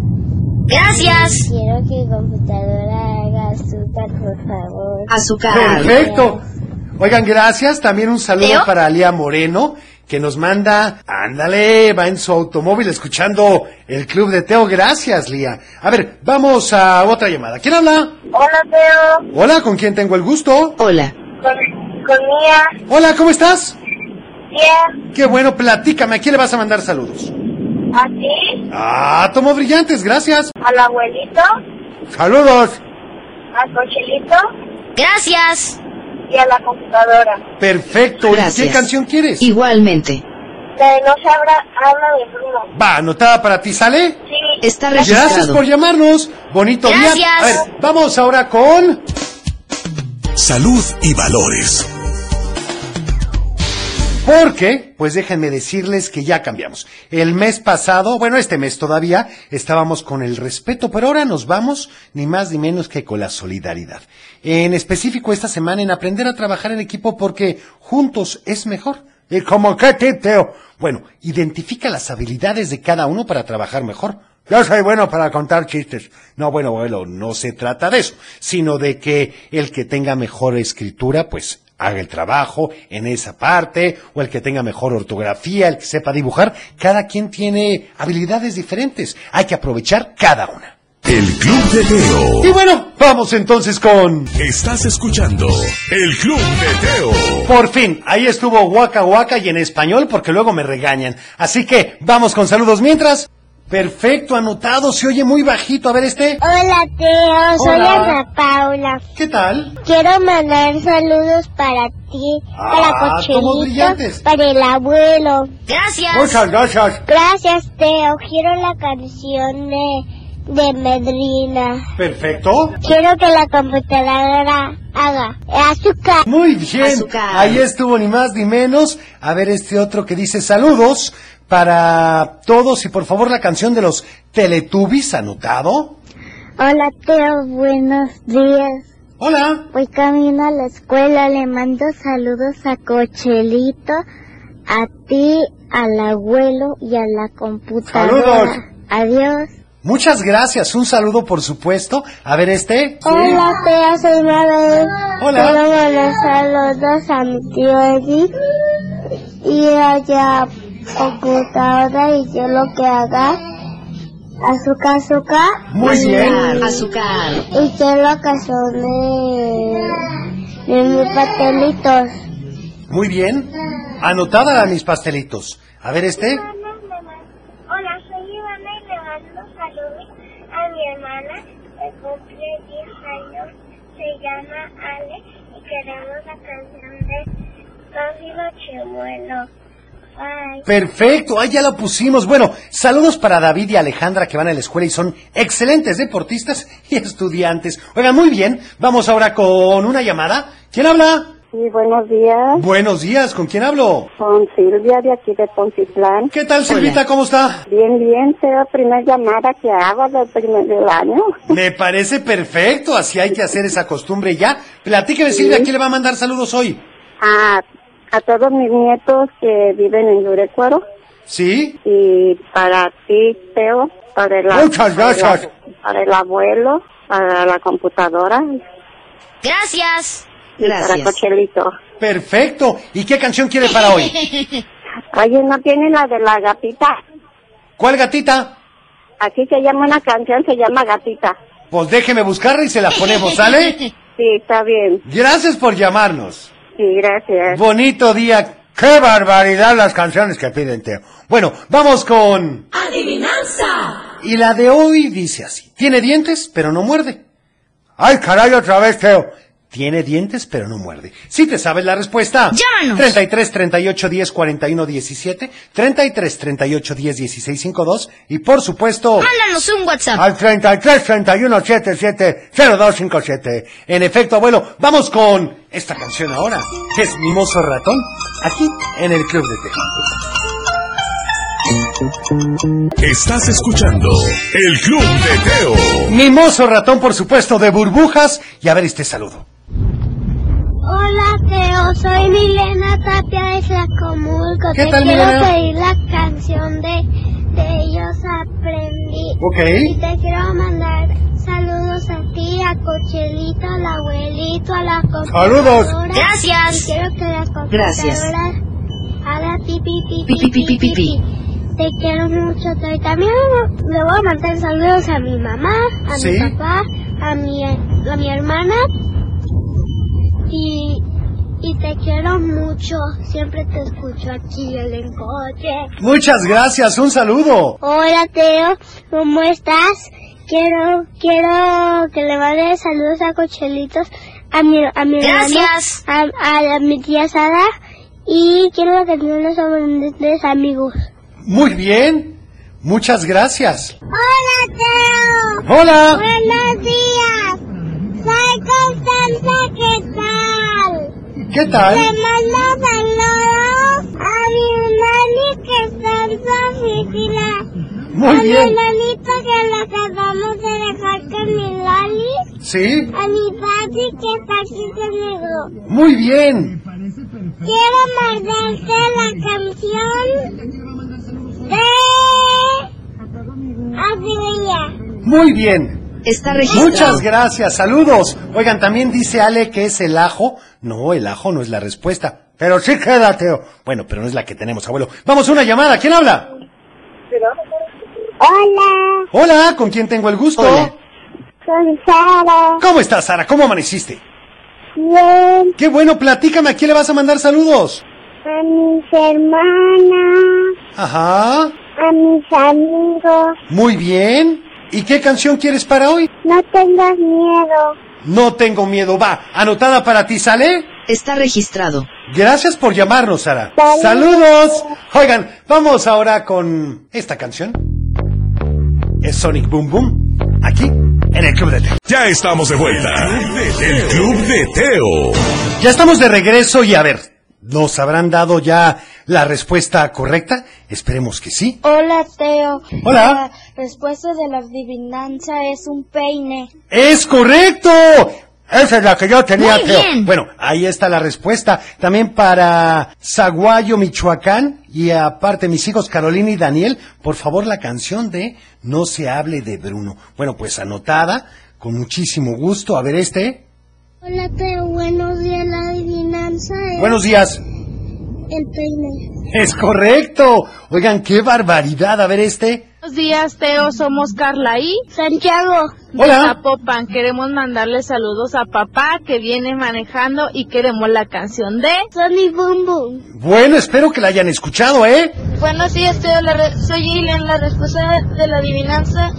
Speaker 7: Gracias.
Speaker 9: Y Quiero que computadora haga azúcar, por favor.
Speaker 1: Perfecto. Oigan, gracias. También un saludo
Speaker 9: ¿Leo?
Speaker 1: para Alía Moreno, que nos manda, ándale, va en su automóvil escuchando el club de Teo. Gracias, Lía. A ver, vamos a otra llamada. ¿Quién habla?
Speaker 5: Hola, Teo.
Speaker 1: Hola, ¿con quién tengo el gusto?
Speaker 7: Hola.
Speaker 5: Con, con Mía.
Speaker 1: Hola, ¿cómo estás?
Speaker 5: Bien.
Speaker 1: Qué bueno, platícame, ¿a quién le vas a mandar saludos?
Speaker 5: A ti,
Speaker 1: Ah, tomo brillantes, gracias.
Speaker 5: al abuelito,
Speaker 1: Saludos.
Speaker 5: a cochelito
Speaker 7: Gracias.
Speaker 5: y a la computadora.
Speaker 1: Perfecto. ¿Y
Speaker 7: Gracias.
Speaker 1: ¿Qué canción quieres?
Speaker 7: Igualmente.
Speaker 5: La de no se abra, habla de Bruno.
Speaker 1: Va, anotada para ti, ¿sale?
Speaker 5: Sí.
Speaker 7: Está registrado.
Speaker 1: Gracias por llamarnos. Bonito día.
Speaker 7: Gracias.
Speaker 1: A ver, vamos ahora con...
Speaker 11: Salud y valores.
Speaker 1: Porque, pues déjenme decirles que ya cambiamos. El mes pasado, bueno, este mes todavía, estábamos con el respeto, pero ahora nos vamos ni más ni menos que con la solidaridad. En específico esta semana en aprender a trabajar en equipo porque juntos es mejor. ¿Y como qué tip, Teo? Bueno, identifica las habilidades de cada uno para trabajar mejor. Yo soy bueno para contar chistes. No, bueno, bueno, no se trata de eso, sino de que el que tenga mejor escritura, pues haga el trabajo en esa parte, o el que tenga mejor ortografía, el que sepa dibujar, cada quien tiene habilidades diferentes. Hay que aprovechar cada una.
Speaker 11: El Club de Teo.
Speaker 1: Y bueno, vamos entonces con...
Speaker 11: Estás escuchando El Club de Teo.
Speaker 1: Por fin, ahí estuvo Waka Waka y en español porque luego me regañan. Así que vamos con saludos mientras. Perfecto, anotado, se oye muy bajito. A ver este.
Speaker 9: Hola Teo, soy
Speaker 1: Hola.
Speaker 9: Ana Paula.
Speaker 1: ¿Qué tal?
Speaker 9: Quiero mandar saludos para ti,
Speaker 1: Ah,
Speaker 9: para
Speaker 1: todos
Speaker 9: Cochelito,
Speaker 1: brillantes.
Speaker 9: para el abuelo.
Speaker 7: Gracias.
Speaker 1: Muchas gracias.
Speaker 9: Gracias Teo, quiero la canción de
Speaker 20: de Medrina.
Speaker 1: Perfecto.
Speaker 20: Quiero que la computadora haga azúcar.
Speaker 1: Muy bien. Ahí estuvo ni más ni menos. A ver este otro que dice saludos para todos y por favor la canción de los Teletubbies anotado.
Speaker 20: Hola, Teo. Buenos días.
Speaker 1: Hola.
Speaker 20: Voy camino a la escuela. Le mando saludos a Cochelito, a ti, al abuelo y a la computadora.
Speaker 1: Saludos.
Speaker 20: Adiós.
Speaker 1: Muchas gracias. Un saludo por supuesto. A ver este.
Speaker 20: Hola, Teo, soy Mabel.
Speaker 1: Hola.
Speaker 20: Quiero mandar saludos a mi tío Eddie y allá computadora y yo lo que haga. Azúcar, azúcar.
Speaker 1: Muy bien.
Speaker 20: Azúcar. Y yo lo que son de, de mis patelitos.
Speaker 1: Muy bien. Anotada a mis pastelitos. A ver este.
Speaker 5: Hola, soy Ivana y le mando saludos a mi hermana que cumple 10 años. Se llama Ale y queremos la canción de Pablo Chimuelo. Bye.
Speaker 1: Perfecto, ahí ya la pusimos. Bueno, saludos para David y Alejandra que van a la escuela y son excelentes deportistas y estudiantes. Oigan, muy bien, vamos ahora con una llamada. ¿Quién habla?
Speaker 9: Sí, buenos días.
Speaker 1: Buenos días, ¿con quién hablo?
Speaker 9: Con Silvia de aquí de Poncitlán.
Speaker 1: ¿Qué tal, Silvita? ¿Cómo está?
Speaker 9: Bien, bien. Sea la primera llamada que hago del primer del año.
Speaker 1: Me parece perfecto, así hay que hacer esa costumbre ya. Platíqueme, Silvia, ¿a quién le va a mandar saludos hoy?
Speaker 9: A, a todos mis nietos que viven en Yurecuero.
Speaker 1: ¿Sí?
Speaker 9: Y para ti, Teo, para el,
Speaker 1: Muchas gracias.
Speaker 9: Para el, para el abuelo, para la computadora. Gracias. Y para
Speaker 1: Gracias.
Speaker 9: Cochelito.
Speaker 1: Perfecto. ¿Y qué canción quiere para hoy?
Speaker 9: Oye, ¿no tiene la de la gatita?
Speaker 1: ¿Cuál gatita?
Speaker 9: Aquí se llama una canción, se llama Gatita.
Speaker 1: Pues déjeme buscarla y se la ponemos, ¿sale?
Speaker 9: Sí, está bien.
Speaker 1: Gracias por llamarnos.
Speaker 9: Sí, gracias.
Speaker 1: Bonito día. ¡Qué barbaridad las canciones que piden, Teo! Bueno, vamos con...
Speaker 7: ¡Adivinanza!
Speaker 1: Y la de hoy dice así. Tiene dientes, pero no muerde. ¡Ay, caray, otra vez, Teo! Tiene dientes, pero no muerde. Si te sabes la respuesta.
Speaker 21: Llámanos.
Speaker 1: 33 38 10 41 17, 33 38 10 16 52 y por supuesto
Speaker 21: Mándanos un WhatsApp.
Speaker 1: al 33 31 77 0257. En efecto, abuelo, vamos con esta canción ahora, que es Mimoso Ratón, aquí en el Club de Tejo.
Speaker 11: Estás escuchando el Club de Teo.
Speaker 1: Mimoso Ratón, por supuesto, de burbujas. Y a ver este saludo.
Speaker 5: Hola Teo, soy Milena Tapia de Zacomulco.
Speaker 1: ¿Qué
Speaker 5: Te
Speaker 1: tal,
Speaker 5: quiero
Speaker 1: Milena?
Speaker 5: pedir la canción de, de ellos aprendí.
Speaker 1: Ok.
Speaker 5: Y te quiero mandar saludos a ti, a Cochelito, al abuelito, a la computadora.
Speaker 21: Gracias.
Speaker 5: Y quiero que la computadora
Speaker 21: Gracias.
Speaker 5: haga pi, pi, pi,
Speaker 21: Pi, pi, pi, pi, pi, pi.
Speaker 5: Te quiero mucho. Teo. Y también le voy a mandar saludos a mi mamá, a
Speaker 1: Sí.
Speaker 5: mi papá, a mi, a mi hermana. Y, y te quiero mucho. Siempre te escucho aquí en el coche.
Speaker 1: Muchas gracias, un saludo.
Speaker 5: Hola, Teo. ¿Cómo estás? Quiero, quiero que le mande saludos a Cochelitos, a mi, a mi
Speaker 21: Gracias.
Speaker 5: hermano, a, a, mi tía Sara. Y quiero la canción de sobrenentes amigos.
Speaker 1: Muy bien, muchas gracias.
Speaker 5: Hola, Teo.
Speaker 1: Hola.
Speaker 5: Buenos días. Soy Constanza, ¿qué tal?
Speaker 1: ¿Qué tal?
Speaker 5: Te mando saludos a mi nani que está en su oficina.
Speaker 1: Muy
Speaker 5: a mi
Speaker 1: bien.
Speaker 5: nanito que lo acabamos de dejar con mi Lali.
Speaker 1: Sí,
Speaker 5: A mi papi que está aquí conmigo.
Speaker 1: muy bien.
Speaker 5: Quiero mandarte la canción de... Así
Speaker 1: Muy bien.
Speaker 21: Está
Speaker 5: registrado.
Speaker 1: Muchas gracias, saludos. Oigan, también dice Ale que es el ajo. No, el ajo no es la respuesta. Pero sí queda, Teo. Bueno, pero no es la que tenemos, abuelo. Vamos a una llamada, ¿quién habla?
Speaker 5: Hola,
Speaker 1: Hola, ¿con quién tengo el gusto?
Speaker 5: soy Sara.
Speaker 1: ¿Cómo estás, Sara? ¿Cómo amaneciste?
Speaker 5: Bien,
Speaker 1: Qué bueno, platícame, ¿a quién le vas a mandar saludos?
Speaker 5: a mis hermanas,
Speaker 1: Ajá.
Speaker 5: a mis amigos.
Speaker 1: Muy bien. ¿Y qué canción quieres para hoy?
Speaker 5: No tengas miedo.
Speaker 1: No tengo miedo, va. Anotada para ti, ¿sale?
Speaker 21: Está registrado.
Speaker 1: Gracias por llamarnos, Sara.
Speaker 21: Saludos.
Speaker 1: Saludos. Oigan, vamos ahora con esta canción. Es Sonic Boom Boom. aquí en el Club de Teo.
Speaker 11: Ya estamos de vuelta. El Club de Teo.
Speaker 1: Ya estamos de regreso y a ver, ¿nos habrán dado ya la respuesta correcta? Esperemos que sí.
Speaker 5: Hola, Teo.
Speaker 1: Hola.
Speaker 5: La respuesta de la adivinanza es un peine.
Speaker 1: ¡Es correcto! Esa es la que yo tenía,
Speaker 5: Muy
Speaker 1: Teo.
Speaker 5: bien.
Speaker 1: Bueno, ahí está la respuesta. También para Zaguayo, Michoacán. Y aparte, mis hijos Carolina y Daniel, por favor, la canción de No se hable de Bruno. Bueno, pues anotada, con muchísimo gusto. A ver, este.
Speaker 5: Hola, Teo. Buenos días. La adivinanza es
Speaker 1: Buenos días.
Speaker 5: el peine.
Speaker 1: Es correcto. Oigan, qué barbaridad. A ver, este.
Speaker 3: Buenos días, Teo. Somos Carla y
Speaker 5: Santiago.
Speaker 1: Hola.
Speaker 3: De Zapopan. Queremos mandarle saludos a papá que viene manejando y queremos la canción de
Speaker 5: Sonny Boom Boom.
Speaker 1: Bueno, espero que la hayan escuchado, ¿eh?
Speaker 5: Buenos días, Teo. soy Ilan. La respuesta de la adivinanza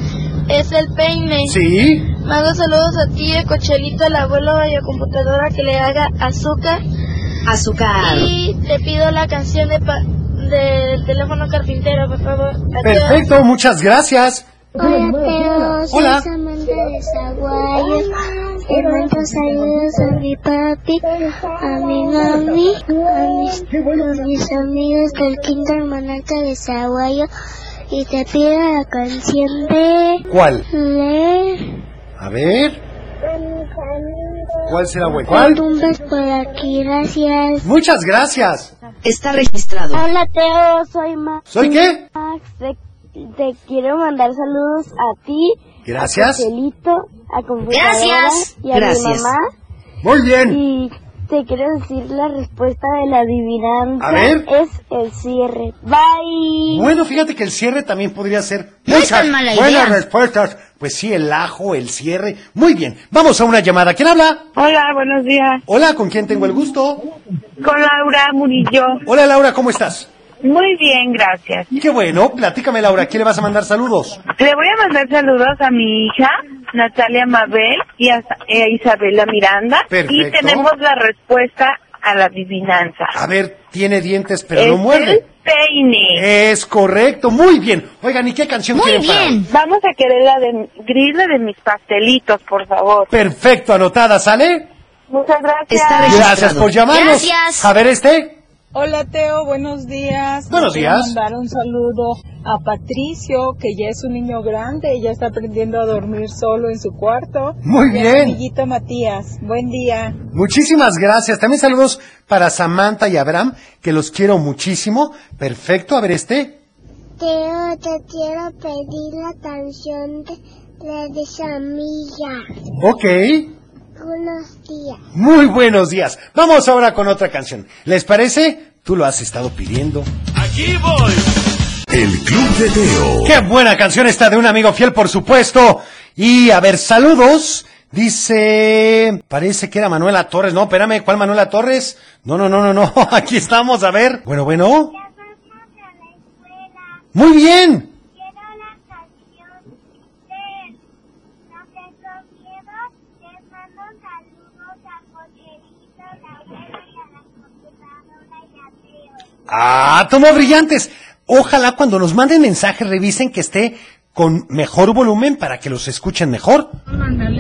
Speaker 5: es el peine.
Speaker 1: Sí.
Speaker 5: Mando saludos a ti, a Cochelito, al abuelo y a computadora que le haga azúcar.
Speaker 7: Azúcar.
Speaker 5: Y te pido la canción de pa- del teléfono carpintero, por favor. Adiós.
Speaker 1: Perfecto, muchas gracias.
Speaker 5: Hola, Teo. Soy
Speaker 1: Hola.
Speaker 5: Samantha de Zaguayo. Te mando saludos a mi papi, a mi mami, a mis, a mis amigos del quinto hermanato de Zaguayo. Y te pido la canción de...
Speaker 1: ¿Cuál?
Speaker 5: Le...
Speaker 1: A ver, ¿cuál será bueno?
Speaker 5: Tumbas por aquí, gracias.
Speaker 1: Muchas gracias.
Speaker 5: Está registrado. Hola, Teo, soy Max.
Speaker 1: ¿Soy qué?
Speaker 5: Max, te, te quiero mandar saludos a ti.
Speaker 1: Gracias.
Speaker 5: A Joselito, a computadora
Speaker 7: Gracias.
Speaker 5: y a mi
Speaker 7: Gracias.
Speaker 5: mamá.
Speaker 1: Muy bien.
Speaker 5: Y te quiero decir la respuesta de la adivinanza.
Speaker 1: A ver.
Speaker 5: Es el cierre. Bye.
Speaker 1: Bueno, fíjate que el cierre también podría ser
Speaker 5: No es
Speaker 1: muchas
Speaker 5: tan mala
Speaker 1: buenas
Speaker 5: idea.
Speaker 1: respuestas. Pues sí, el ajo, el cierre. Muy bien, vamos a una llamada. ¿Quién habla?
Speaker 22: Hola, buenos días.
Speaker 1: Hola, ¿con quién tengo el gusto?
Speaker 22: Con Laura Murillo.
Speaker 1: Hola, Laura, ¿cómo estás?
Speaker 22: Muy bien, gracias.
Speaker 1: Qué bueno, platícame, Laura, ¿a quién le vas a mandar saludos?
Speaker 22: Le voy a mandar saludos a mi hija, Natalia Mabel, y a, eh, a Isabela Miranda.
Speaker 1: Perfecto.
Speaker 22: Y tenemos la respuesta a la adivinanza.
Speaker 1: A ver, tiene dientes pero no
Speaker 22: Es
Speaker 1: muerde. Eh.
Speaker 22: el peine.
Speaker 1: Es correcto, muy bien. Oigan, ¿y qué canción quieren para hoy?
Speaker 22: Vamos a querer la de grisla de mis pastelitos, por favor.
Speaker 1: Perfecto, anotada, ¿sale?
Speaker 22: Muchas gracias.
Speaker 1: Gracias por llamarnos. A ver este.
Speaker 23: Hola Teo, buenos días.
Speaker 1: Buenos
Speaker 23: Quiero
Speaker 1: días.
Speaker 23: mandar un saludo a Patricio, que ya es un niño grande y ya está aprendiendo a dormir solo en su cuarto.
Speaker 1: Muy
Speaker 23: Y a su
Speaker 1: bien.
Speaker 23: amiguito Matías, buen día.
Speaker 1: Muchísimas gracias. También saludos para Samantha y Abraham, que los quiero muchísimo. Perfecto, a ver este.
Speaker 5: Teo, te quiero pedir la canción de la de Samilla.
Speaker 1: Ok.
Speaker 5: Buenos días.
Speaker 1: Muy buenos días. Vamos ahora con otra canción. ¿Les parece? Tú lo has estado pidiendo.
Speaker 11: Aquí voy. El Club de Teo.
Speaker 1: Qué buena canción esta de un amigo fiel, por supuesto. Y a ver, saludos. Dice, parece que era Manuela Torres. No, espérame, ¿cuál Manuela Torres? No, no, no, no, no. Aquí estamos, a ver. Bueno, bueno. Muy bien. Ah, tomo brillantes. Ojalá cuando nos manden mensajes revisen que esté con mejor volumen para que los escuchen mejor.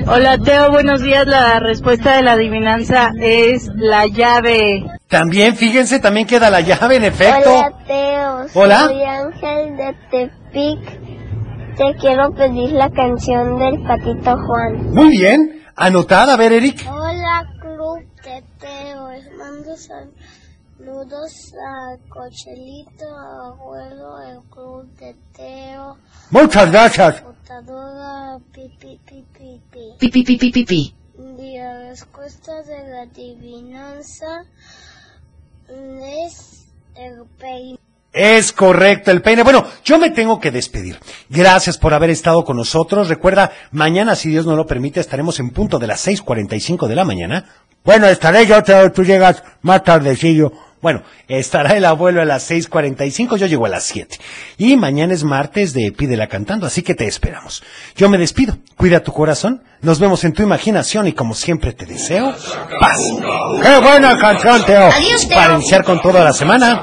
Speaker 3: Hola Teo, buenos días. La respuesta de la adivinanza es la llave.
Speaker 1: También, fíjense, también queda la llave, en efecto.
Speaker 5: Hola, Teo.
Speaker 1: Hola.
Speaker 5: Soy Ángel de Tepic. Te quiero pedir la canción del Patito Juan.
Speaker 1: Muy bien. Anotada, a ver, Eric.
Speaker 5: Hola, Club de Teo. Les mando saludos a Cochelito, a Abuelo, el Club de Teo,
Speaker 1: Muchas gracias.
Speaker 5: Tadora, Pipi, Pipi, Pipi.
Speaker 7: Pi, pi, pi, pi, pi, pi.
Speaker 5: Y la respuesta de la adivinanza es el peine.
Speaker 1: Es correcto el peine. Bueno, yo me tengo que despedir. Gracias por haber estado con nosotros. Recuerda, mañana, si Dios nos lo permite, estaremos en punto de las 6.45 de la mañana. Bueno, estaré yo, te- tú llegas más tardecillo. Bueno, estará el abuelo a las 6.45, yo llego a las 7. Y mañana es martes de Pídela Cantando, así que te esperamos. Yo me despido, cuida tu corazón, nos vemos en tu imaginación y como siempre te deseo, paz. ¡Qué buena canción, Teo!
Speaker 7: Adiós, Teo.
Speaker 1: Para iniciar con toda la semana.